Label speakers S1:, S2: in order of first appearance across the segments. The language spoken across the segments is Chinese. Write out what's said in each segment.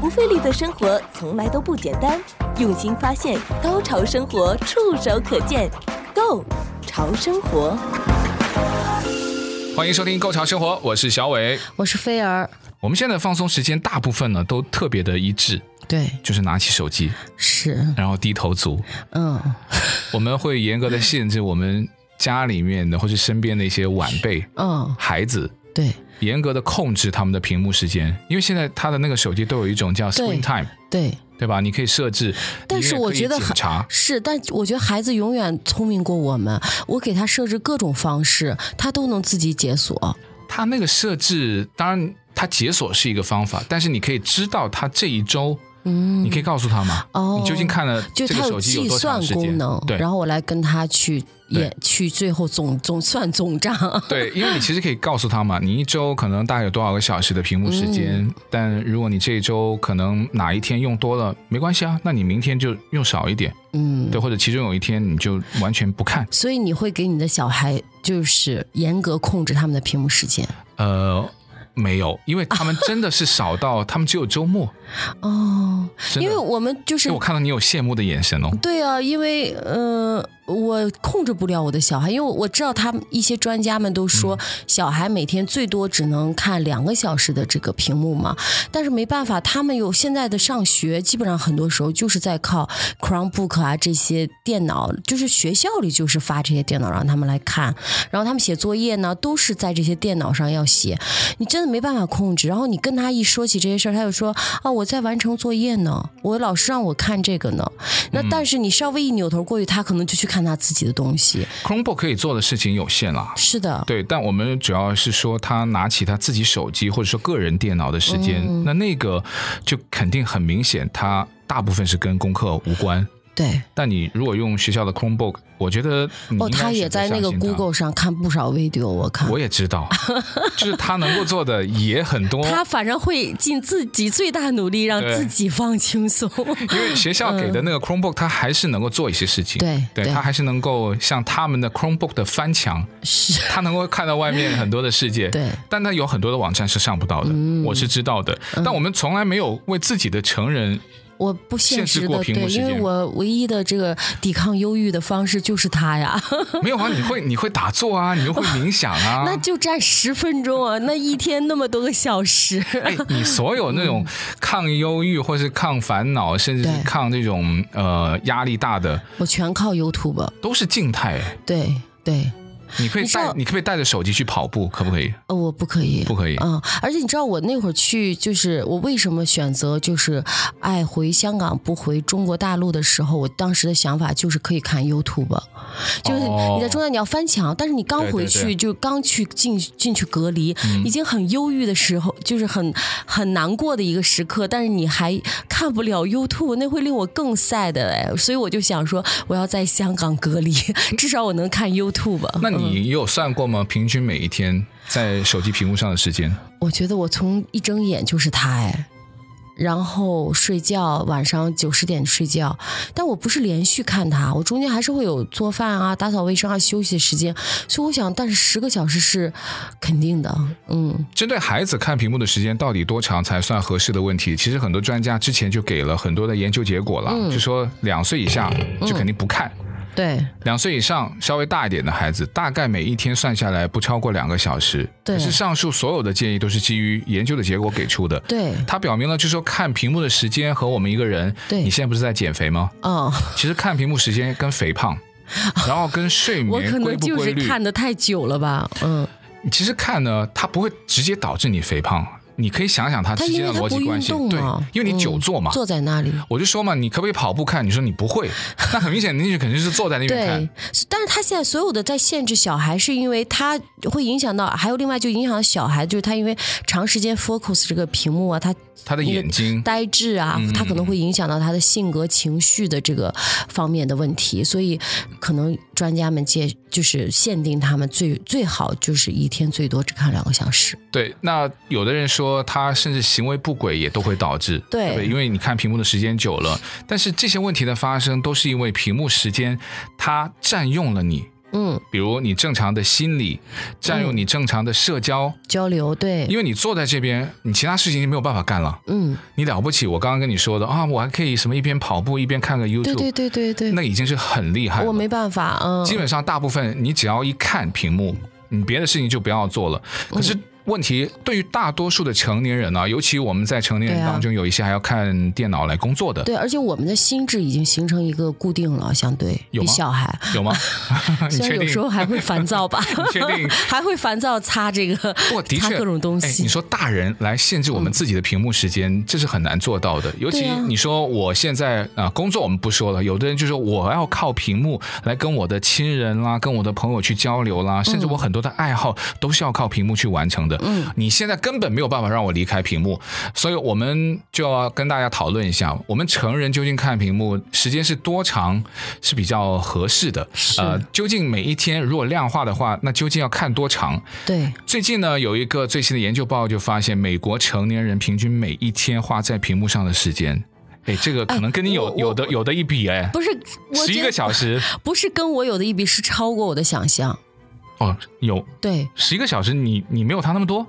S1: 不费力的生活从来都不简单，用心发现，高潮生活触手可见 g o 潮生活。
S2: 欢迎收听《购潮生活》，我是小伟。
S3: 我是菲儿，
S2: 我们现在的放松时间大部分呢都特别的一致，
S3: 对，
S2: 就是拿起手机，
S3: 是，
S2: 然后低头族。
S3: 嗯，
S2: 我们会严格的限制我们家里面的或是身边的一些晚辈、
S3: 嗯，
S2: 孩子，
S3: 对，
S2: 严格的控制他们的屏幕时间，因为现在他的那个手机都有一种叫
S3: 对
S2: screen time，
S3: 对，
S2: 对吧？你可以设置，
S3: 但是
S2: 你也
S3: 我
S2: 可以
S3: 觉得
S2: 检
S3: 很
S2: 查。
S3: 是，但我觉得孩子永远聪明过我们，我给他设置各种方式，他都能自己解锁。
S2: 它那个设置，当然它解锁是一个方法，但是你可以知道它这一周，
S3: 嗯，
S2: 你可以告诉他嘛，
S3: 哦
S2: 你究竟看了
S3: 就
S2: 这个
S3: 他
S2: 手机有
S3: 计
S2: 多长
S3: 算
S2: 时
S3: 功
S2: 间？
S3: 能，
S2: 对
S3: 然后我来跟他去也去最后总总算总账。
S2: 对，因为你其实可以告诉他嘛，你一周可能大概有多少个小时的屏幕时间，
S3: 嗯
S2: 但如果你这一周可能哪一天用多了，没关系啊，那你明天就用少一点，
S3: 嗯，
S2: 对，或者其中有一天你就完全不看。
S3: 所以你会给你的小孩就是严格控制他们的屏幕时间。
S2: 呃，没有，因为他们真的是少到， 他们只有周末，
S3: 哦，
S2: 真
S3: 因
S2: 的。
S3: 为我们就是
S2: 因为我看到你有羡慕的眼神哦，
S3: 对啊，因为呃，我控制不了我的小孩，因为我知道他们一些专家们都说，小孩每天最多只能看两个小时的这个屏幕嘛。但是没办法，他们有现在的上学，基本上很多时候就是在靠 Chromebook 啊这些电脑，就是学校里就是发这些电脑让他们来看，然后他们写作业呢都是在这些电脑上要写，你真的没办法控制。然后你跟他一说起这些事儿，他就说啊我在完成作业呢，我老师让我看这个呢。那但是你稍微一扭头过去，他可能就去看他自己的东西。
S2: Chromebook 可以做的事情有限啦。
S3: 是的，
S2: 对，但我们主要是说他拿起他自己手机或者说个人电脑的时间，
S3: 嗯
S2: 那那个就肯定很明显，他大部分是跟功课无关。
S3: 对
S2: 但你如果用学校的 Chromebook，我觉得你
S3: 哦，
S2: 应该
S3: 他也
S2: 选择
S3: 在那
S2: 相
S3: 个
S2: 信它
S3: Google 上看不少 video，我 看
S2: 我也知道，就是他能够做的也很多。
S3: 他反正会尽自己最大努力让
S2: 对
S3: 自己放轻松。
S2: 因为学校给的那个 Chromebook，它还是能够做一些事情，
S3: 嗯对
S2: 对，
S3: 对
S2: 它还是能够像他们的 Chromebook 的翻墙，
S3: 是，
S2: 它能够看到外面很多的世界，
S3: 对，嗯
S2: 但它有很多的网站是上不到的，我是知道的。但我们从来没有为自己的成人，
S3: 我不现
S2: 限制
S3: 实
S2: 过
S3: 的，
S2: 屏幕
S3: 对，
S2: 时
S3: 因为
S2: 间
S3: 我唯一的这个抵抗忧郁的方式就是 他呀，
S2: 没有啊，你会你 会打坐啊，你又会冥想啊，
S3: 那就站十分钟啊，那一天那么多个小时，
S2: 哎，你所有那种抗忧郁或是抗烦恼，甚至是
S3: 对
S2: 抗这种呃压力大的，
S3: 我全靠 YouTube。
S2: 都是静态。哎
S3: 对对，
S2: 你可以
S3: 你知
S2: 带，
S3: 道
S2: 你可不可以带着手机去跑步？可不可以？
S3: 呃，我不可以，
S2: 不可以
S3: 嗯，而且你知道我那会儿去，就是我为什么选择就是爱回香港不回中国大陆的时候，我当时的想法就是可以看 YouTube，就是
S2: 哦
S3: 你在中间你要翻墙，但是你刚
S2: 对对
S3: 回去
S2: 对嗯
S3: 就刚去进进去隔离，已经很忧郁的时候，就是很很难过的一个时刻，但是你还看不了 YouTube，那会令我更 sad 哎，所以我就想说我要在香港隔离， 至少我能看 YouTube。
S2: 那你有算过吗？平均每一天在手机屏幕上的时间？
S3: 我觉得我从一睁眼就是他哎，然后睡觉晚上九十点睡觉，但我不是连续看他，我中间还是会有做饭啊、打扫卫生啊、休息的时间，所以我想，但是十个小时是肯定的，嗯，
S2: 针对孩子看屏幕的时间到底多长才算合适的问题，其实很多专家之前就给了很多的研究结果了，
S3: 嗯
S2: 就说两岁以下就肯定不看。
S3: 对
S2: 两岁以上稍微大一点的孩子，大概每一天算下来不超过两个小时。
S3: 对
S2: 可是上述所有的建议都是基于研究的结果给出的。
S3: 对，
S2: 它表明了，就是说看屏幕的时间和我们一个人，
S3: 对
S2: 你现在不是在减肥吗？
S3: 哦，
S2: 其实看屏幕时间跟肥胖，然后跟睡
S3: 我
S2: 眠
S3: 可
S2: 规
S3: 能
S2: 不
S3: 就
S2: 规
S3: 是
S2: 律，
S3: 看的太久了吧，嗯，
S2: 其实看呢，它不会直接导致你肥胖，你可以想想它
S3: 他
S2: 之
S3: 因
S2: 间
S3: 为
S2: 的
S3: 他
S2: 逻
S3: 不
S2: 辑
S3: 运
S2: 关系，
S3: 动
S2: 对
S3: 嘛，，
S2: 因为你久
S3: 嗯
S2: 坐嘛。
S3: 坐在那里，
S2: 我就说嘛，你可不可以跑步看？你说你不 会，那很明显，你就肯定是坐在那边看
S3: 对。，是但是他现在所有的在限制小孩，是因为他会影响到，还有另外就影响到小孩，就是他因为长时间 focus 这个屏幕啊，他
S2: 他的眼睛，
S3: 呆滞啊，
S2: 嗯
S3: 他可能会影响到他的性格、情绪的这个方面的问题，所以可能专家们建就是限定他们最最好就是一天最多只看两个小时。
S2: 对。那有的人说他甚至行为不轨也都会导致，
S3: 对
S2: 不因为你看屏幕的时间久了，但是这些问题的发生都是因为屏幕时间它占用了你。
S3: 嗯，
S2: 比如你正常的心理，占用你正常的社交，
S3: 交流嗯对，
S2: 因为你坐在这边，你其他事情就没有办法干了。
S3: 嗯，
S2: 你了不起，我刚刚跟你说的啊，我还可以什么一边跑步一边看个 YouTube，
S3: 对对对对对，
S2: 那已经是很厉害了。
S3: 我没办法，嗯，
S2: 基本上大部分你只要一看屏幕，你别的事情就不要做了。可是问题对于大多数的成年人呢、啊尤其我们在成年人
S3: 对啊
S2: 当中，有一些还要看电脑来工作的，
S3: 对，而且我们的心智已经形成一个固定了，相对
S2: 有
S3: 比
S2: 吗
S3: 小孩，
S2: 有吗？ 你
S3: 虽
S2: 确
S3: 然有
S2: 定？
S3: 时候还会烦躁 吧，
S2: 你确定
S3: 还会烦躁擦这个
S2: 不过的
S3: 擦
S2: 确，
S3: 各种东
S2: 哎
S3: 西
S2: 你，说大人来限制我们自己的屏幕时间，这是很难做到的。尤其
S3: 对啊
S2: 你说我现在啊、工作我们不说了，有的人就说我要靠屏幕来跟我的亲人啦、跟我的朋友去交流
S3: 嗯
S2: 啦，甚至我很多的爱好都是要靠屏幕去完成的。嗯，你现在根本没有办法让我离开屏幕，所以我们就要跟大家讨论一下，我们成人究竟看屏幕时间是多长是比较合适的？
S3: 是
S2: 呃，究竟每一天如果量化的话，那究竟要看多长？
S3: 对，
S2: 最近呢，有一个最新的研究报告就发现，美国成年人平均每一天花在屏幕上的时间，哎，这个可能跟你有、
S3: 哎我
S2: 有的有的一比哎，
S3: 不是我
S2: 十一
S3: 觉
S2: 个
S3: 得
S2: 小时
S3: 不是跟我有的一比，是超过我的想象。
S2: 哦，有
S3: 对，
S2: 十一个小时你，你没有他那么多，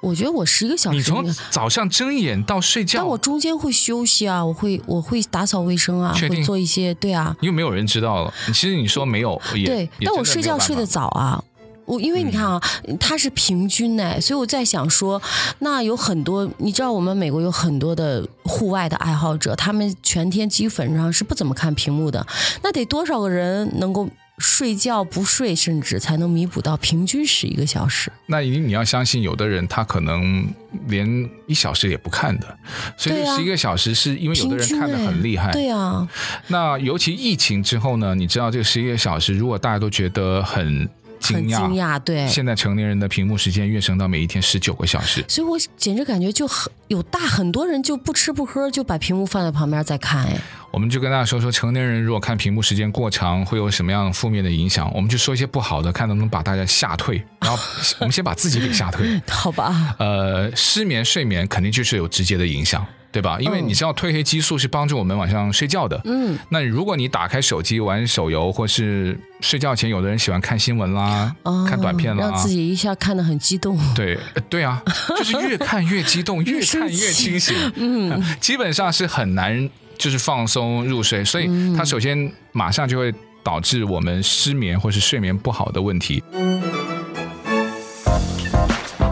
S3: 我觉得我十一个小时
S2: 你
S3: 应该，
S2: 从早上睁眼到睡觉，
S3: 但我中间会休息啊，我会我会打扫卫生啊，
S2: 确定
S3: 会做一些对啊，
S2: 因为没有人知道了。其实你说没有也
S3: 对，但我睡觉睡得
S2: 的
S3: 早啊。我因为
S2: 嗯
S3: 你看啊，它是平均呢，所以我在想说，那有很多，你知道我们美国有很多的户外的爱好者，他们全天基本上是不怎么看屏幕的，那得多少个人能够睡觉不睡，甚至才能弥补到平均十一个小时？
S2: 那你你要相信，有的人他可能连一小时也不看的，所以
S3: 对啊
S2: 十一个小时是因为有的人
S3: 平均
S2: 看的
S3: 哎
S2: 很厉害，
S3: 对啊，
S2: 那尤其疫情之后呢，你知道这个十一个小时，如果大家都觉得很惊
S3: 很
S2: 讶，
S3: 惊讶，对。
S2: 现在成年人的屏幕时间跃升到每一天十九个小时。
S3: 所以我简直感觉就很有大很多人就不吃不喝就把屏幕放在旁边在看，哎，
S2: 我们就跟大家说说，成年人如果看屏幕时间过长，会有什么样负面的影响？我们就说一些不好的，看能不能把大家吓退。然后我们先把自己给吓退。
S3: 好吧，
S2: 呃，失眠、睡眠肯定就是有直接的影响，对吧？因为你知道褪黑激素是帮助我们晚上睡觉的。
S3: 嗯，
S2: 那如果你打开手机玩手游，或是睡觉前，有的人喜欢看新闻啦，
S3: 哦，
S2: 看短片啦，啊
S3: 让自己一下看得很 激动，
S2: 对，呃对 啊，就是越看越激动，越看越清醒，嗯， 基本上是很难就是放松入睡，所以它
S3: 嗯
S2: 首先马上就会导致我们失眠或是睡眠不好的问题。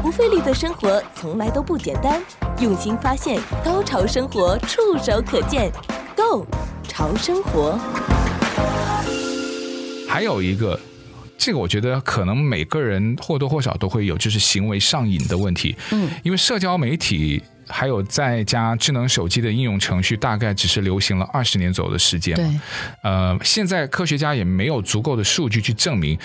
S1: 不费力的生活从来都不简单，用心发现，高潮生活触手可见 g o 潮生活。
S2: 还有一个，这个我觉得可能每个人或多或少都会有，就是行为上瘾的问题。嗯，因为社交媒体。还有在家智能手机的应用程序，大概只是流行了二十年左右的时间嘛。
S3: 对，
S2: 呃，现在科学家也没有足够的数据去证明，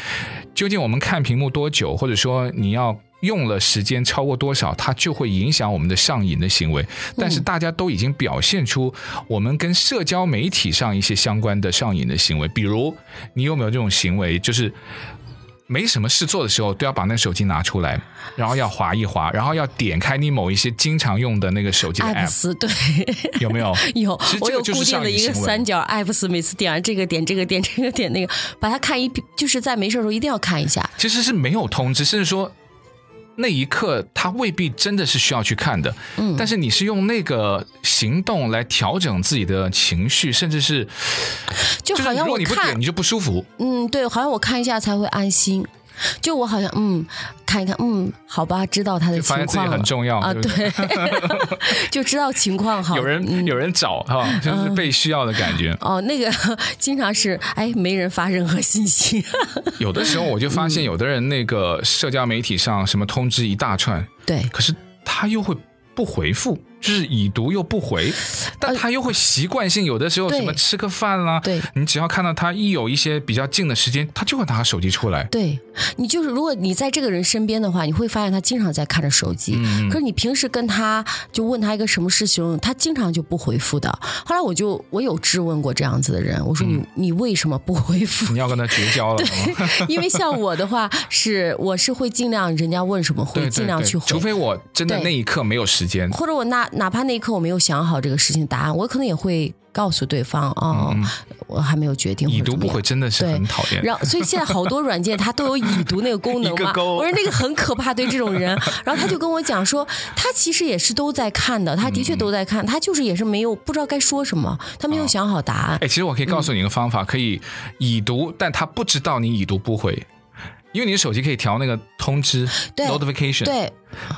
S2: 究竟我们看屏幕多久，或者说你要用了时间超过多少，它就会影响我们的上瘾的行
S3: 嗯
S2: 为。但是大家都已经表现出我们跟社交媒体上一些相关的上瘾的行为，比如你有没有这种行为，就是。没什么事做的时候，都要把那手机拿出来，然后要划一划，然后要点开你某一些经常用的那个手机的
S3: 艾
S2: app，
S3: 斯，对，
S2: 有没有？
S3: 啊 有
S2: 其实，
S3: 我
S2: 这
S3: 有
S2: 个就是
S3: 固定
S2: 上
S3: 的
S2: 瘾
S3: 一个
S2: 行为
S3: 三角艾斯，每次点完这个点这个点 这个点那个，把它看一遍，就是在没事的时候一定要看一下，
S2: 其实是没有通知，甚至说那一刻他未必真的是需要去看的。嗯，但是你是用那个行动来调整自己的情绪，甚至是
S3: 就
S2: 就是
S3: 好像
S2: 如果
S3: 我
S2: 你不
S3: 看
S2: 点，你就不舒服。
S3: 嗯，对，好像我看一下才会安心。就我好像嗯，看一看嗯，好吧，知道他的
S2: 就发
S3: 情
S2: 现自己
S3: 况了
S2: 很重要
S3: 啊，
S2: 对不
S3: 对， 就知道情况好。
S2: 有人有人找哈、
S3: 嗯
S2: 就是被需要的感 觉。
S3: 哦，那个经常是哎，没人发任何信息，
S2: 有的时候我就发
S3: 嗯
S2: 现，有的人那个社交媒体上什么通知一大串，
S3: 对，
S2: 可是他又会不回复，就是已读又不回，但他又会习惯性，有的时候
S3: 呃对
S2: 什么吃个饭啦、
S3: 对
S2: 你只要看到他一有一些比较近的时间，他就会拿手机出来。
S3: 对你就是，如果你在这个人身边的话，你会发现他经常在看着手机。
S2: 嗯
S3: 可是你平时跟他就问他一个什么事情，他经常就不回复的。后来我就我有质问过这样子的人，我说
S2: 嗯
S3: 你、你为什么不回 复
S2: 你？要跟他绝交了，
S3: 因为像我的话是我是会尽量人家问什么
S2: 对
S3: 会
S2: 对
S3: 尽量
S2: 对
S3: 去回，
S2: 除非我真的
S3: 对
S2: 那一刻没有时间。
S3: 或者我拿哪怕那一刻我没有想好这个事情答案，我可能也会告诉对方啊、
S2: 嗯
S3: 我还没有决定。
S2: 已读
S3: 或者怎么
S2: 不
S3: 样
S2: 回真的是
S3: 对
S2: 很讨厌。
S3: 然后，所以现在好多软件它都有已读那个功能
S2: 一个
S3: 嘛。
S2: 勾
S3: 我说那个很可怕，对这种 人。然后他就跟我讲说，他其实也是都在看的，他的确都在看，他就是也是没有不知道该说什么，他没有想好答案。
S2: 哎，其实我可以告诉你一个方法，可以已读，但他不知道你已读不回，因为你的手机可以调那个通知
S3: 对
S2: notification。，
S3: 对，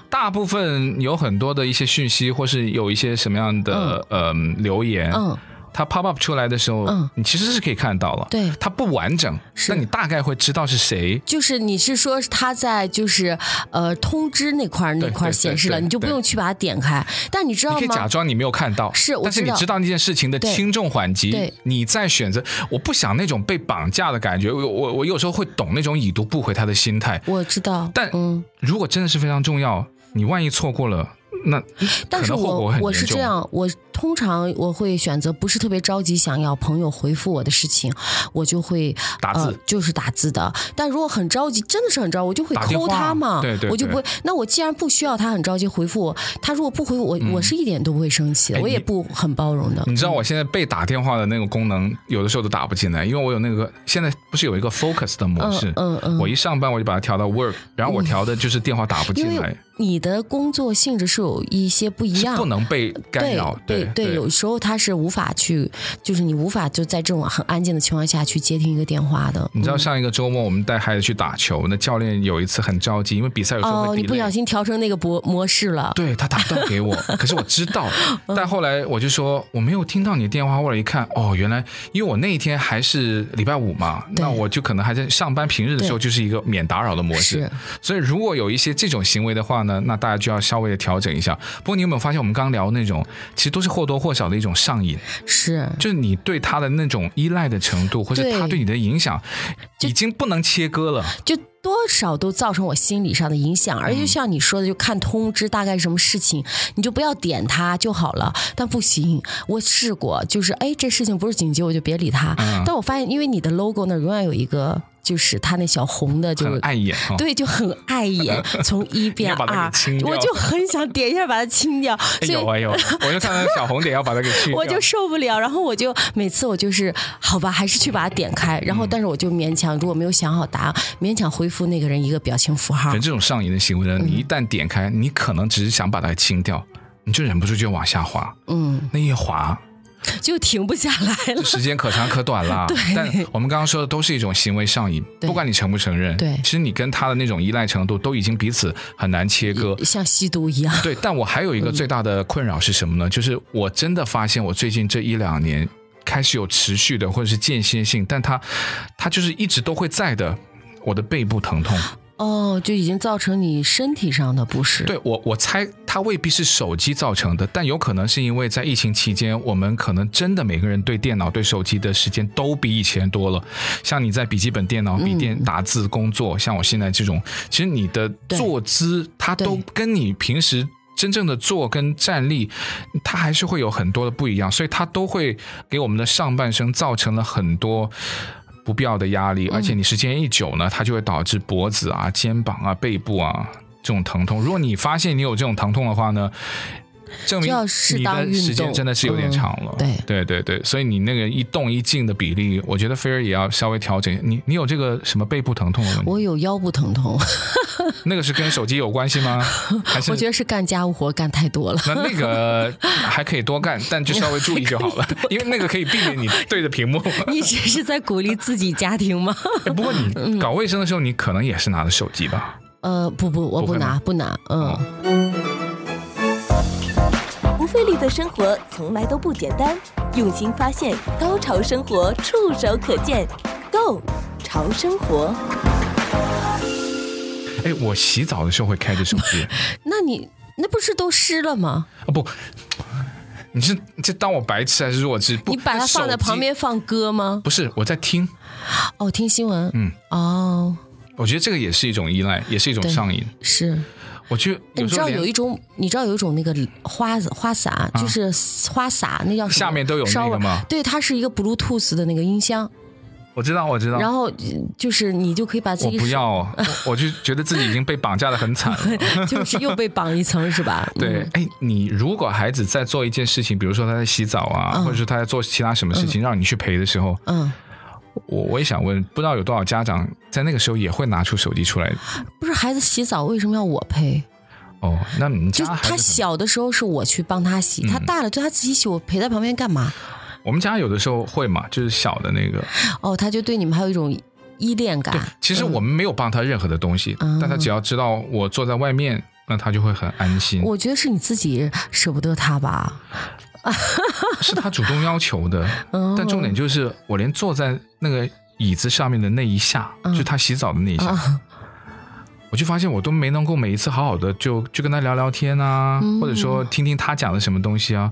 S2: 大部分有很多的一些讯息，或是有一些什么样的呃留言，
S3: 嗯，
S2: 它 pop up 出来的时候，
S3: 嗯
S2: 你其实是可以看到了。
S3: 对
S2: 它不完整，
S3: 是
S2: 但你大概会知道是谁。
S3: 就是你是说他在就是呃通知那块儿那
S2: 对
S3: 块儿
S2: 对对
S3: 显示了，
S2: 对
S3: 你就不
S2: 对
S3: 用去把它点开。但你知
S2: 你
S3: 道
S2: 可以假
S3: 吗？
S2: 装你没有看到，
S3: 是我
S2: 但是
S3: 知
S2: 你
S3: 道
S2: 知道那件事情的
S3: 对
S2: 轻重缓急
S3: 对，
S2: 你再选择。我不想那种被绑架的感觉，我我我有时候会懂那种已读不回他的心态，
S3: 我知道，
S2: 但
S3: 嗯，
S2: 如果真的是非常重要，你万一错过了，那
S3: 但
S2: 可
S3: 是
S2: 能后果
S3: 我
S2: 很
S3: 我
S2: 严
S3: 是这
S2: 重。
S3: 样，我通常我会选择不是特别着急想要朋友回复我的事情，我就会
S2: 打字
S3: 呃，就是打字的。但如果很着急，真的是很着急，我就会
S2: 打电
S3: 抠
S2: 话
S3: 他嘛，
S2: 对对
S3: 我就不会。那我既然不需要他很着急回复我，他如果不回我，我是一点都不会生气
S2: 嗯
S3: 的，
S2: 哎
S3: 我也
S2: 你嗯
S3: 不很包容的。
S2: 你知道我现在被打电话的那个功能，有的时候都打不进来，因为我有那个现在不是有一个 focus 的模
S3: 嗯
S2: 式，
S3: 嗯嗯
S2: 我一上班我就把它调到 work，然后我调的就是电话打不
S3: 因
S2: 进来
S3: 为，你的工作性质是有一些不一
S2: 是
S3: 样，
S2: 不能被干扰。
S3: 对
S2: 对
S3: 有时候他是无法去，就是你无法就在这种很安静的情况下去接听一个电话的。
S2: 你知道上一个周末我们带孩子去打球，那教练有一次很着急，因为比赛有时候
S3: 哦，
S2: 会
S3: 你
S2: delay
S3: 不小心调成那个模模式了。
S2: 对他打不到给我，可是我知 道，但后来我就说我没有听到你的电话，后来一看，哦，原来因为我那一天还是礼拜五嘛，
S3: 对
S2: 那我就可能还在上班，平日的时候就是一个免打扰的模式
S3: 是。
S2: 所以如果有一些这种行为的话呢，那大家就要稍微的调整一下。不过你有没有发现，我们刚刚聊那种其实都是或多或少的一种上 瘾，
S3: 是，
S2: 就是你对他的那种依赖的程度，或者
S3: 对
S2: 他对你的影响，已经不能切割了。
S3: 就多少都造成我心理上的影响。
S2: 嗯
S3: 而且就像你说的，就看通知大概什么事情，你就不要点它就好了。但不行，我试过，就是哎，这事情不是紧急，我就别理它。
S2: 嗯
S3: 但我发现，因为你的 logo 那儿永远有一个，就是它那小红的，就
S2: 很
S3: 是
S2: 碍眼哈、哦，
S3: 对，就很碍 眼，从一变
S2: 要把它
S3: 二
S2: 给清，掉
S3: 我就很想点一下把它清掉，
S2: 哎
S3: 所以
S2: 呦哎呦，我就看到小红点要把它给去掉，
S3: 我就受不了。然后我就每次我就是好吧，还是去把它点开，然
S2: 嗯
S3: 后但是我就勉强，如果没有想好答案，勉强回复那个人一个表情符号
S2: 可能。这种上瘾的行为呢，你一旦点开，你可能只是想把它清掉，你就忍不住就往下滑，
S3: 嗯，
S2: 那一滑，
S3: 就停不下来了
S2: 这。时间可长可短 啦。但我们刚刚说的都是一种行为上瘾，
S3: 对
S2: 不管你承不承认，
S3: 对
S2: 其实你跟他的那种依赖程度都已经彼此很难切割。
S3: 像吸毒一样，
S2: 对，但我还有一个最大的困扰是什么呢？就是我真的发现我最近这一两年开始有持续的或者是间歇性，但它它就是一直都会在的，我的背部疼痛。
S3: 哦，就已经造成你身体上的不适。
S2: 对我，我猜它未必是手机造成的，但有可能是因为在疫情期间，我们可能真的每个人对电脑、对手机的时间都比以前多了。像你在笔记本电脑、笔电打字工作，像我现在这种，其实你的
S3: 对
S2: 坐姿，它啊都
S3: 对
S2: 跟你平时。真正的坐跟站立，它还是会有很多的不一样，所以它都会给我们的上半身造成了很多不必要的压
S3: 嗯
S2: 力，而且你时间一久呢，它就会导致脖子啊、肩膀啊、背部啊这种疼痛。如果你发现你有这种疼痛的话呢，证明
S3: 就要适
S2: 你
S3: 当
S2: 的
S3: 运动
S2: 时间真的是有点长了。
S3: 嗯
S2: 对对对对，所以你那个一动一静的比例，我觉得菲儿也要稍微调整。你你有这个什么背部疼痛的问
S3: 我
S2: 题？
S3: 有腰部疼痛，
S2: 那个是跟手机有关系 吗？还是
S3: 我觉得是干家务活干太多了。
S2: 那那 个还可以多干，但就稍微注意就好了，因为那个可以避免你对着屏 幕。
S3: 你只是在鼓励自己家 庭吗？
S2: 哎不过
S3: 嗯
S2: 你搞卫生的时候，你可能也是拿着手机吧？
S3: 呃，不不，我
S2: 不
S3: 不
S2: 会
S3: 拿
S2: 吗
S3: 不拿，嗯。
S1: 不费力的生活从来都不简单，用心发现，高潮生活触手可见 Go 潮生活。
S2: 哎，我洗澡的时候会开着手机
S3: 那你那不是都湿了吗？
S2: 啊，不，你是这当我白痴还是弱智？不，
S3: 你把它放在
S2: 手机
S3: 旁，边放歌吗？
S2: 不是我在听。
S3: 哦，听新闻。
S2: 嗯。
S3: 哦，
S2: 我觉得这个也是一种依赖，也是一种
S3: 对
S2: 上瘾。
S3: 是。
S2: 我觉得
S3: 哎
S2: 有
S3: 你知
S2: 时候
S3: 道有
S2: 连啊
S3: 一种，你知道有一种那个花花洒，就是花洒，那叫什么
S2: 下面都有那个
S3: shower
S2: 吗
S3: 对，它是一个 Bluetooth 的那个音箱。
S2: 我知道，我知道。
S3: 然后呃就是你就可以把自
S2: 我
S3: 己
S2: 不要，我我就觉得自己已经被绑架的很惨了。
S3: 就是 又被绑一层是吧？
S2: 对
S3: 嗯，
S2: 哎，你如果孩子在做一件事情，比如说他在洗澡啊，
S3: 嗯
S2: 或者说他在做其他什么事情，让你去陪的时候，
S3: 嗯，
S2: 我我也想问，不知道有多少家长在那个时候也会拿出手机出来？
S3: 不是孩子洗澡为什么要我陪？
S2: 哦，那你们
S3: 就
S2: 家孩子
S3: 他
S2: 很
S3: 小的时候是我去帮他洗，
S2: 嗯
S3: 他大了就他自己洗，我陪在旁边干嘛？
S2: 我们家有的时候会嘛，就是小的那个。
S3: 哦，他就对你们还有一种依恋
S2: 对
S3: 感，。
S2: 其实我们没有帮他任何的东西，
S3: 嗯
S2: 但他只要知道我坐在外面，那他就会很安心。
S3: 我觉得是你自己舍不得他吧。
S2: 是他主动要求的，
S3: 嗯，
S2: 但重点就是我连坐在那个椅子上面的那一下，
S3: 嗯
S2: 就他洗澡的那一下，
S3: 啊，
S2: 我就发现我都没能够每一次好好的就就跟他聊聊天啊，
S3: 嗯
S2: 或者说听听他讲的什么东西啊，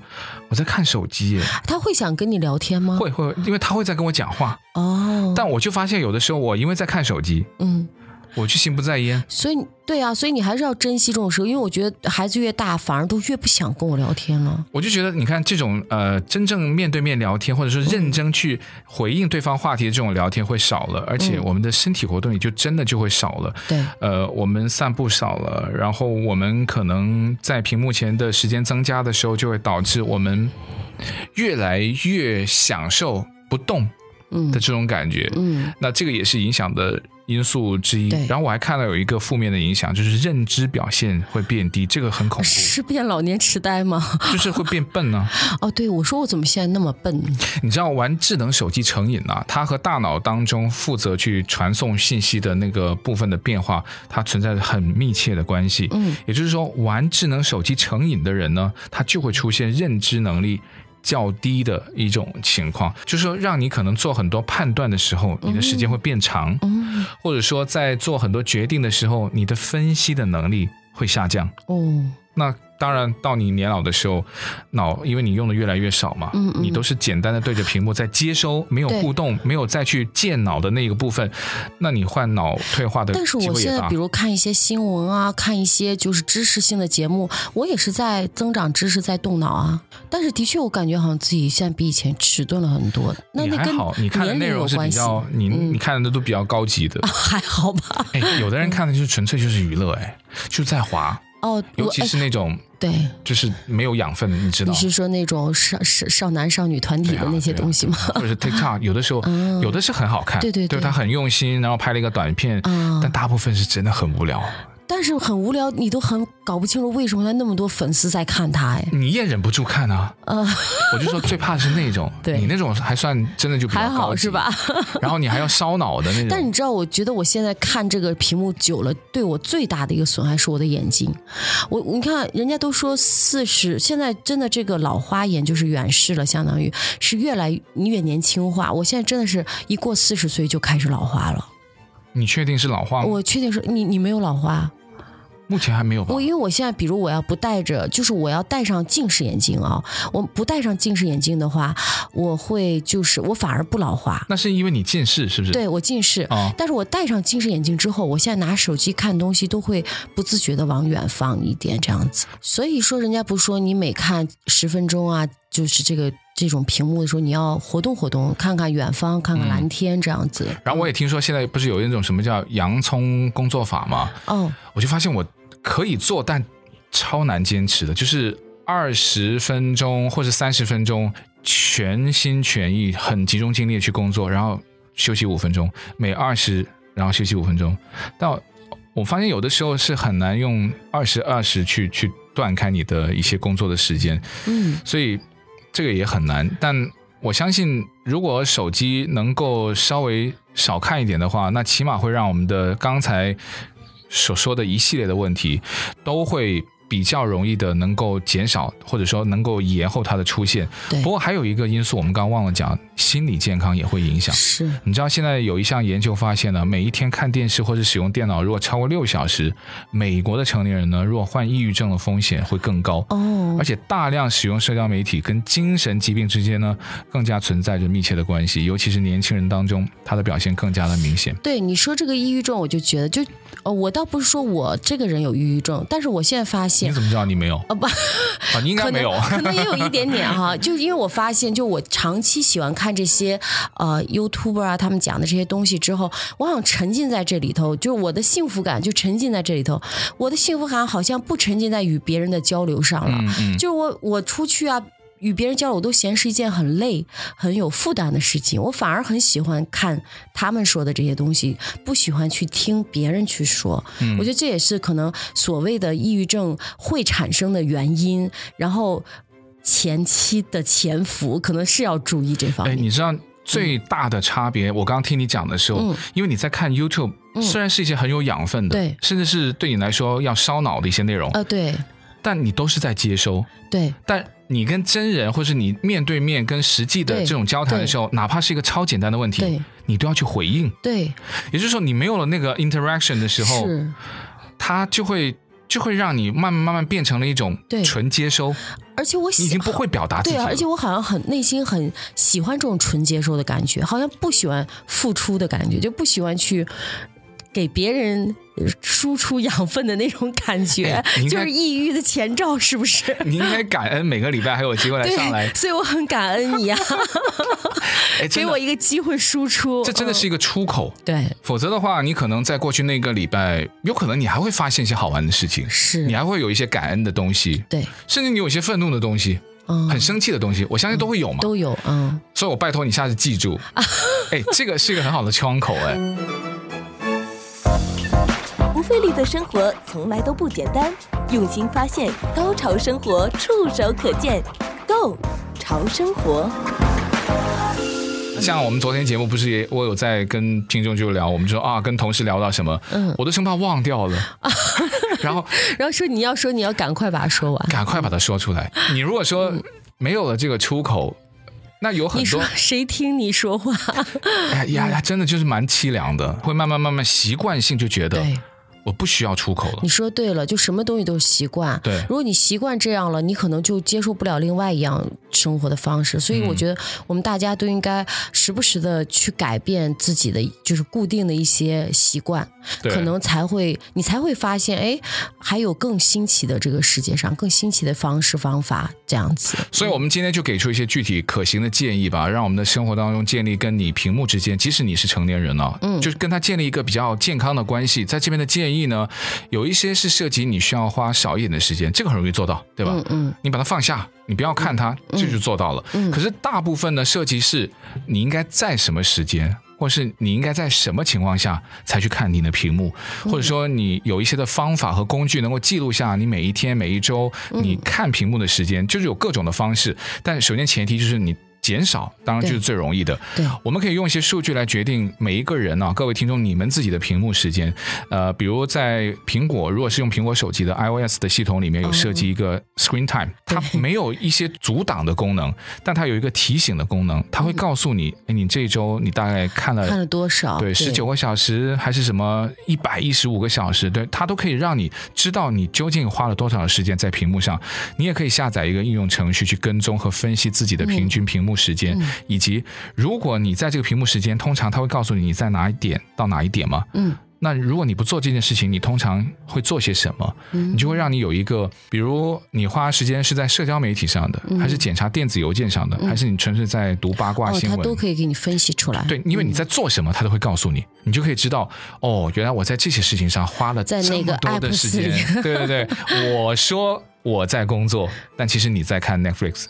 S2: 我在看手机耶，
S3: 他会想跟你聊天吗？
S2: 会会，因为他会在跟我讲话，
S3: 哦，
S2: 但我就发现有的时候我因为在看手机，
S3: 嗯，
S2: 我就心不在焉。
S3: 所以你对啊，所以你还是要珍惜这种时候，因为我觉得孩子越大，反而都越不想跟我聊天了。
S2: 我就觉得，你看这种呃，真正面对面聊天，或者说认真去回应对方话题的这种聊天会少了，而
S3: 嗯
S2: 且我们的身体活动也就真的就会少了。
S3: 对，
S2: 呃，我们散步少了，然后我们可能在屏幕前的时间增加的时候，就会导致我们越来越享受不动
S3: 嗯
S2: 的这种感觉。
S3: 嗯，
S2: 那这个也是影响的因素之一
S3: 对。
S2: 然后我还看到有一个负面的影响，就是认知表现会变低，这个很恐怖，
S3: 是变老年痴呆吗？
S2: 就是会变笨呢、
S3: 哦，对，我说我怎么现在那么笨？
S2: 你知道玩智能手机成瘾啊，它和大脑当中负责去传送信息的那个部分的变化，它存在着很密切的关系。
S3: 嗯，
S2: 也就是说，玩智能手机成瘾的人呢，他就会出现认知能力。较低的一种情况，就是说让你可能做很多判断的时候，你的时间会变长，
S3: 嗯，
S2: 或者说在做很多决定的时候，你的分析的能力会下降。
S3: 哦，
S2: 那当然，到你年老的时候，脑因为你用的越来越少嘛，
S3: 嗯嗯
S2: 你都是简单的对着屏幕在接收，没有
S3: 对
S2: 互动，没有再去健脑的那个部分，那你患脑退化的
S3: 但是
S2: 机
S3: 我
S2: 会
S3: 现
S2: 也
S3: 在
S2: 大
S3: 比。如看一些新闻啊，看一些就是知识性的节目，我也是在增长知识，在动脑啊。但是的确，我感觉好像自己现在比以前迟钝了很多。那
S2: 你
S3: 那
S2: 还
S3: 跟
S2: 好，你看的
S3: 年
S2: 内
S3: 龄有
S2: 容是比
S3: 关系，，
S2: 较你你看的都比较高级的
S3: 还好吧？
S2: 哎，有的人看的就是纯粹就是娱乐，哎，就在滑，
S3: 哦，我
S2: 尤其
S3: 哎
S2: 是那种
S3: 对，
S2: 就是没有养分的，你知道
S3: 你，是说那种少少少男少女团体
S2: 对啊
S3: 的那些
S2: 对啊
S3: 东西吗？
S2: 或者 是 TikTok，有的时候
S3: 嗯
S2: 有的是很好看，
S3: 对对
S2: 对，
S3: 对
S2: 他很用心，然后拍了一个短片，
S3: 啊
S2: 但大部分是真的很无聊。
S3: 但是很无聊，你都很搞不清楚为什么他那么多粉丝在看他哎。
S2: 你也忍不住看啊。
S3: 呃，
S2: 我就说最怕的是那种，
S3: 对
S2: 你那种还算真的就比较
S3: 还
S2: 高
S3: 好
S2: 级
S3: 是吧？？
S2: 然后你还要烧脑的那种，
S3: 但你知道，我觉得我现在看这个屏幕久了，对我最大的一个损害是我的眼睛。我你看，人家都说四十，现在真的这个老花眼就是远视了，相当于是越来越年轻化。我现在真的是一过四十岁就开始老花了。
S2: 你确定是老化吗？
S3: 我确定是你，你没有老花。
S2: 目前还没有吧
S3: 我？因为我现在，比如我要不戴着，就是我要戴上近视眼镜啊、我不戴上近视眼镜的话，我会就是我反而不老花。
S2: 那是因为你近视是不是？
S3: 对我近视，
S2: 啊，
S3: 但是我戴上近视眼镜之后，我现在拿手机看东西都会不自觉的往远放一点这样子。所以说，人家不是说你每看十分钟啊，就是这个这种屏幕的时候，你要活动活动，看看远方，看看蓝天这样子。
S2: 然后我也听说现在不是有一种什么叫洋葱工作法吗？
S3: 哦，
S2: 我就发现我可以做，但超难坚持的，就是二十分钟或者三十分钟，全心全意、很集中精力地去工作，然后休息五分钟，每二十然后休息五分钟。但我我发现有的时候是很难用二十二十去去断开你的一些工作的时间，
S3: 嗯，
S2: 所以这个也很难。但我相信，如果手机能够稍微少看一点的话，那起码会让我们的刚才所说的一系列的问题都会。比较容易的能够减少，或者说能够延后它的出现。
S3: 对
S2: 不，过还有一个因素，我们刚刚忘了讲，心理健康也会影响。
S3: 是，
S2: 你知道现在有一项研究发现呢，每一天看电视或者使用电脑如果超过六小时，美国的成年人呢，如果患抑郁症的风险会更高。
S3: 哦
S2: 而，且大量使用社交媒体跟精神疾病之间呢，更加存在着密切的关系，尤其是年轻人当中，它的表现更加的明显。
S3: 对呃你说这个抑郁症，我就觉得就。哦，我倒不是说我这个人有抑郁症，但是我现在发
S2: 你
S3: 现。
S2: 怎么知道你没有？
S3: 啊不，
S2: 啊，嗯你应该
S3: 可
S2: 没
S3: 能
S2: 有。
S3: 可能也有一点点 哈，就是因为我发现，就我长期喜欢看这些呃 YouTuber 啊，他们讲的这些东西之后，我好像沉浸在这里头，就是我的幸福感就沉浸在这里头，我的幸福感好像不沉浸在与别人的交流上了，
S2: 嗯嗯，
S3: 就是我我出去啊。与别人交流，我都嫌是一件很累、很有负担的事情。我反而很喜欢看他们说的这些东西，不喜欢去听别人去说。
S2: 嗯
S3: 我觉得这也是可能所谓的抑郁症会产生的原因。然后前期的潜伏可能是要注意这方
S2: 哎，
S3: 面。
S2: 你知道最大的差别？我刚刚听你讲的时候
S3: 嗯，
S2: 因为你在看 YouTube，虽然是一些很有养分的，
S3: 对
S2: 甚至是对你来说要烧脑的一些内容，
S3: 呃，对
S2: 但你都是在接收。
S3: 对
S2: 但你跟真人，或是你面对面跟实际的
S3: 对
S2: 这种交谈的时候，哪怕是一个超简单的问题
S3: 对，
S2: 你都要去回应。
S3: 对，
S2: 也就是说，你没有了那个 interaction 的时候，
S3: 是。
S2: 它就会就会让你慢慢慢慢变成了一种
S3: 对
S2: 纯接收，
S3: 而且我喜
S2: 你已经不会表达自己
S3: 对
S2: 了。
S3: 啊，而且我好像很内心很喜欢这种纯接受的感觉，好像不喜欢付出的感觉，就不喜欢去给别人呃输出养分的那种感觉，
S2: 哎你应
S3: 就
S2: 该
S3: 是抑郁的前兆，是不是？
S2: 你应该感恩每个礼拜还有机会来 上来
S3: 对，，所以我很感恩 你啊，
S2: 哎，真
S3: 给
S2: 的
S3: 我一个机会输出，
S2: 这真的是一个出口。
S3: 嗯、对，
S2: 否则的话，你可能在过去那个礼拜，有可能你还会发现一些好玩的事情，你啊
S3: 是，
S2: 还会有一些感恩的东西，
S3: 对，
S2: 甚至你有一些愤怒的东西，
S3: 嗯，
S2: 很生气的东西，我相信都会有嘛。
S3: 都有，嗯，
S2: 所以我拜托你下次记 住，哎，这个是一个很好的窗口，哎，
S1: 不费力的生活从来都不简单，用心发现，高潮生活触手可见 g o 潮生活，
S2: 像我们昨天节目不是也我有在跟听众就聊，我们说啊，跟同事聊到什么，
S3: 嗯
S2: 我都生怕忘掉了， 然后
S3: 然后说你要说你要赶快把它说完，
S2: 赶快把它说出来。你如果说没有了这个出口，那有很
S3: 你
S2: 多
S3: 说 谁听你说话？
S2: 哎呀，呀真的就是蛮凄凉的，会慢慢慢慢习惯性就觉得
S3: 对。
S2: 我不需要出口了
S3: 你。说对了，就什么东西都是习惯。
S2: 对
S3: 如果你习惯这样了，你可能就接受不了另外一样生活的方式。所以
S2: 嗯
S3: 我觉得我们大家都应该时不时的去改变自己的，就是固定的一些习惯，
S2: 对
S3: 可能才会你才会发现，哎，还有更新奇的这个世界上更新奇的方式方法这样子。
S2: 所以，我们今天就给出一些具体可行的建议吧，让我们的生活当中建立跟你屏幕之间，即使你是成年人了，嗯，就是跟他建立一个比较健康的关系。在这边的建议呢，有一些是涉及你需要花少一点的时间，这个很容易做到，对吧？
S3: 嗯嗯，
S2: 你把它放下，你不要看它，这就做到了。可是大部分呢，涉及是你应该在什么时间，或是你应该在什么情况下才去看你的屏幕，或者说你有一些的方法和工具能够记录下你每一天、每一周
S3: 嗯
S2: 你看屏幕的时间，就是有各种的方式。但首先前提就是你。减少当然就是最容易的，
S3: 对，
S2: 我们可以用一些数据来决定每一个人啊，各位听众，你们自己的屏幕时间。呃，比如在苹果，如果是用苹果手机的 iOS 的系统里面有设
S3: 哦
S2: 计一个 Screen Time，、它没有一些阻挡的功能，但它有一个提醒的功能，它会告诉你，哎，你这一周你大概看了。
S3: 嗯看了多少？
S2: 哎对，十九个小时还是什么一百一十五个小时，对它都可以让你知道你究竟花了多少时间在屏幕上。你也可以下载一个应用程序去跟踪和分析自己的平均屏幕时间，以及如果你在这个屏幕时间，通常它会告诉你你在哪一点到哪一点嘛。
S3: 嗯。
S2: 那如果你不做这件事情，你通常会做些什么？你就会让你有一个，比如你花时间是在社交媒体上的，还是检查电子邮件上的，还是你纯粹在读八卦
S3: 哦，
S2: 新
S3: 他
S2: 闻？
S3: 都可以给你分析出来。
S2: 对，因为你在做什么，他都会告诉你，你就可以知道哦，原来我在这些事情上花了
S3: 在
S2: 这
S3: 那
S2: 么
S3: 个
S2: 多的
S3: app
S2: 时间。对对对，我说我在工作，但其实你在看 Netflix。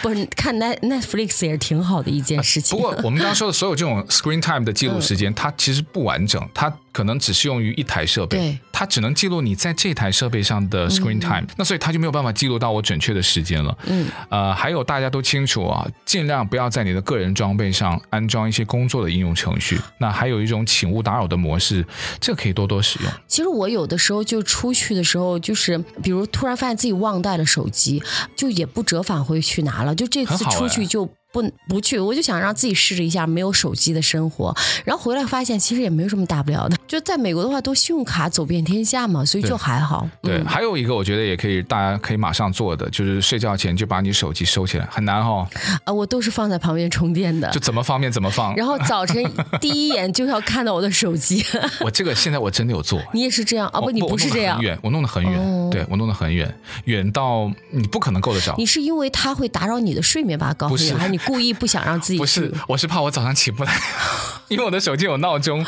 S3: 不是看 Net Netflix 也是挺好的一件事情。
S2: 哎不过我们刚刚说的所有这种 screen time 的记录时 间，它其实不完整，它可能只适用于一台设备
S3: 对，
S2: 它只能记录你在这台设备上的 screen time，、那所以它就没有办法记录到我准确的时间了。
S3: 嗯，
S2: 呃，还有大家都清楚啊，尽量不要在你的个人装备上安装一些工作的应用程序。那还有一种请勿打扰的模式，这可以多多使用。
S3: 其实我有的时候就出去的时候，就是比如突然发现自己忘带了手机，就也不折返回去拿了，就这
S2: 很
S3: 次
S2: 好哎
S3: 出去就不不去，我就想让自己试着一下没有手机的生活，然后回来发现其实也没有什么大不了的。就在美国的话，都信用卡走遍天下嘛，所以
S2: 对
S3: 就还好。
S2: 对，
S3: 嗯
S2: 还有一个我觉得也可以，大家可以马上做的，就是睡觉前就把你手机收起来，很难 哦，
S3: 啊，我都是放在旁边充电的
S2: 就。怎么方便怎么放。
S3: 然后 早晨第一眼就要看到我的手机，
S2: 我这个现在我真的有做，
S3: 你也是这样啊？
S2: 我
S3: 不，你
S2: 哦我
S3: 不是
S2: 弄得
S3: 这样
S2: 很，远，我弄得很远，
S3: 哦
S2: 对我弄得很远，远到你不可能够得着
S3: 你。是因为它会打扰你的睡眠吧？高
S2: 不
S3: 飞
S2: 是
S3: 还是你故意不想让自 己
S2: 不是
S3: 去？，
S2: 我是怕我早上起不来， 因为我的手机有闹钟，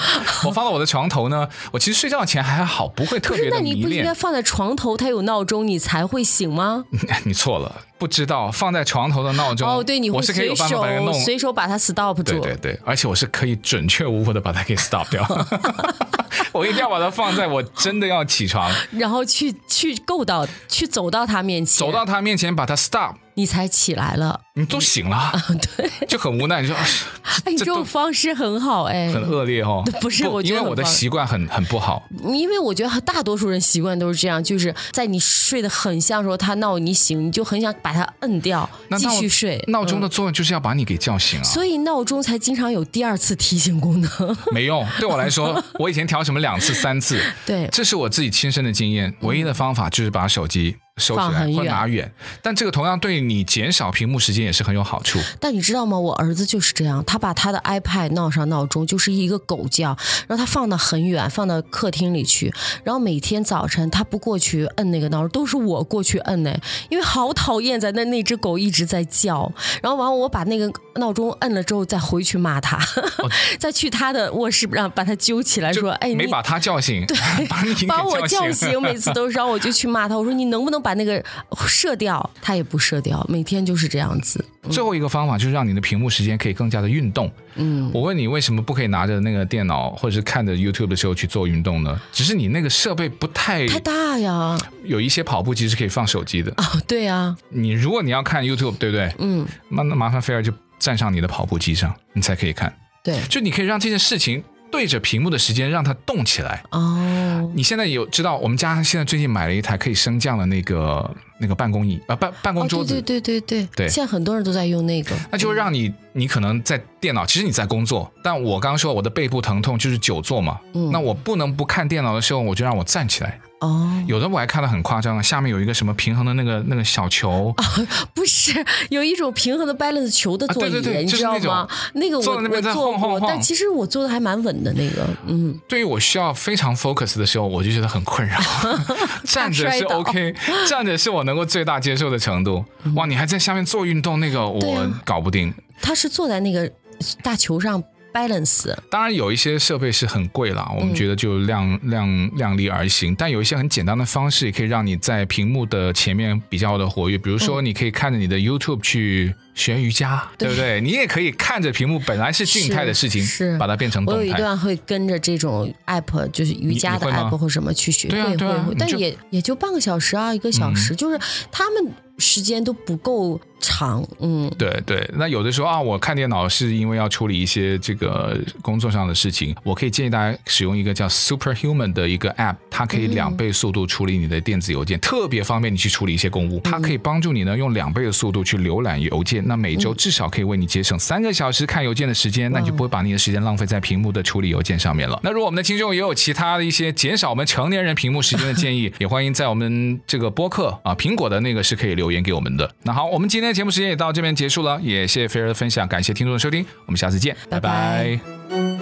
S2: 我放到我的床头呢。我其实睡觉前还好，不会特
S3: 不
S2: 别
S3: 是，
S2: 的
S3: 那
S2: 迷
S3: 你不应
S2: 恋
S3: 该。放在床头，它有闹钟，你才会醒吗？
S2: 你错了，不知道放在床头的闹钟。
S3: 哦，对，你
S2: 我
S3: 会
S2: 是可以有办
S3: 随
S2: 法
S3: 手
S2: 把它弄。
S3: 随手把它 stop
S2: 对
S3: 住。
S2: 对对，而且我是可以准确无误的把它给 stop 掉。我一定要把它放在我真的要起 床，
S3: 然后去去够到，去走到他面前，
S2: 走到他面前把它 stop，
S3: 你才起来了。
S2: 你都醒 了，对，就很无奈，你说。哎
S3: 哎，你
S2: 这
S3: 这
S2: 都
S3: 种方式很好哎，
S2: 很恶劣哦，
S3: 不是我觉
S2: 因
S3: 得
S2: 为
S3: 很
S2: 我的
S3: 棒
S2: 习惯很很不好，
S3: 因为我觉得大多数人习惯都是这样，就是在你睡得很香的时候，他闹你醒，你就很想把它摁掉，
S2: 那
S3: 继
S2: 闹
S3: 续睡。嗯
S2: 闹钟的作用就是要把你给叫醒啊，
S3: 所以闹钟才经常有第二次提醒 功能。
S2: 没用。对我来说，我以前调什么两次、三次，
S3: 对，
S2: 这是我自己亲身的经验。唯一的方法就是把手机收起
S3: 放
S2: 来
S3: 很
S2: 或
S3: 远
S2: 拿远，但这个同样对你减少屏幕时间也是很有好处。
S3: 但你知道吗？我儿子就是这样，他把他的 iPad 闹上闹钟，就是一个狗叫，然后他放到很远，放到客厅里去。然后每天早晨他不过去摁那个闹钟，都是我过去摁呢，因为好讨厌在那那只狗一直在叫。然后完了我把那个闹钟摁了之后，再回去骂他， 再去他的卧室让把他揪起来
S2: 哦就
S3: 说：“哎，
S2: 没
S3: 你
S2: 把他叫醒，把你给
S3: 把我叫
S2: 叫
S3: 醒，每次都是，然后我就去骂他，我说你能不能把那个哦射掉？他也不射掉，每天就是这样子。
S2: 最后一个方法就是让你的屏幕时间可以更加的运动。嗯，我问你为什么不可以拿着那个电脑或者是看着 YouTube 的时候去做运动呢？只是你那个设备不太
S3: 太大呀，
S2: 有一些跑步机是可以放手机的。
S3: 哦，对呀、
S2: 你如果你要看 YouTube，对不对？
S3: 嗯，
S2: 那那麻烦菲儿就站上你的跑步机上，你才可以看。
S3: 对，
S2: 就你可以让这件事情对着屏幕的时间让它动起来。
S3: 哦，
S2: 你现在有知道我们家现在最近买了一台可以升降的那个那个办公椅啊、呃办办公
S3: 哦，
S2: 桌
S3: 对
S2: 子，
S3: 对对对对，
S2: 对哎
S3: 现在很多人都在用那个，
S2: 那就会让你，你可能在电脑，其实你在工作，但我刚刚说我的背部疼痛就是久坐嘛，
S3: 嗯
S2: 那我不能不看电脑的时候，我就让我站起来。
S3: 哦，
S2: 有的我还看得很夸张，下面有一个什么平衡的那个那个小
S3: 哦
S2: 球，
S3: 不是有一种平衡的 balance 球的
S2: 啊
S3: 座椅，
S2: 对对对
S3: 你
S2: 就是
S3: 知道
S2: 那种
S3: 吗？那个
S2: 坐
S3: 我
S2: 在那边在
S3: 我坐
S2: 晃晃
S3: 过，
S2: 晃
S3: 但其实我坐的还蛮稳的那个，嗯，
S2: 对于我需要非常 focus 的时候，我就觉得很 困扰。站着是
S3: 摔倒嗯
S2: OK，站着是我能够最大接受的程度。哇，你还在下面做运动，那个
S3: 对
S2: 我
S3: 啊
S2: 搞不定。
S3: 他是坐在那个大球上 balance，
S2: 当然有一些设备是很贵
S3: 嗯
S2: 啦，我们觉得就量、量量力而行。但有一些很简单的方式，也可以让你在屏幕的前面比较的活跃。比如
S3: 嗯
S2: 说，你可以看着你的 YouTube 去学瑜伽，对不对？你也可以看着屏幕，本来是静态的事情，
S3: 是是
S2: 把它变成
S3: 我有
S2: 动
S3: 一
S2: 态。
S3: 段会跟着这种 app，就是瑜伽
S2: 你
S3: 的
S2: 会吗
S3: app 或什么去学，
S2: 对啊
S3: 会
S2: 对啊
S3: 会会
S2: 你，
S3: 但
S2: 就嗯
S3: 也也就半个小时啊，一个小时，就是他们时间都不够长，嗯，
S2: 对对，那有的时候啊，我看电脑是因为要处理一些这个工作上的事情，我可以建议大家使用一个叫 Superhuman 的一个 App，它可以两倍速度处理你的电子邮件，特别方便你去处理一些公务。它可以帮助你呢用两倍的速度去浏览邮件，那每周至少可以为你节省三个小时看邮件的时间，那你就不会把你的时间浪费在屏幕的处理邮件上面了。那如果我们的听众也有其他的一些减少我们成年人屏幕时间的建议，也欢迎在我们这个播客啊，苹果的那个是可以留言给我们的。那好，我们今天的节目时间也到这边结束了，也谢谢菲儿的分享，感谢听众的收听，我们下次见，拜
S3: 拜
S2: 拜
S3: 拜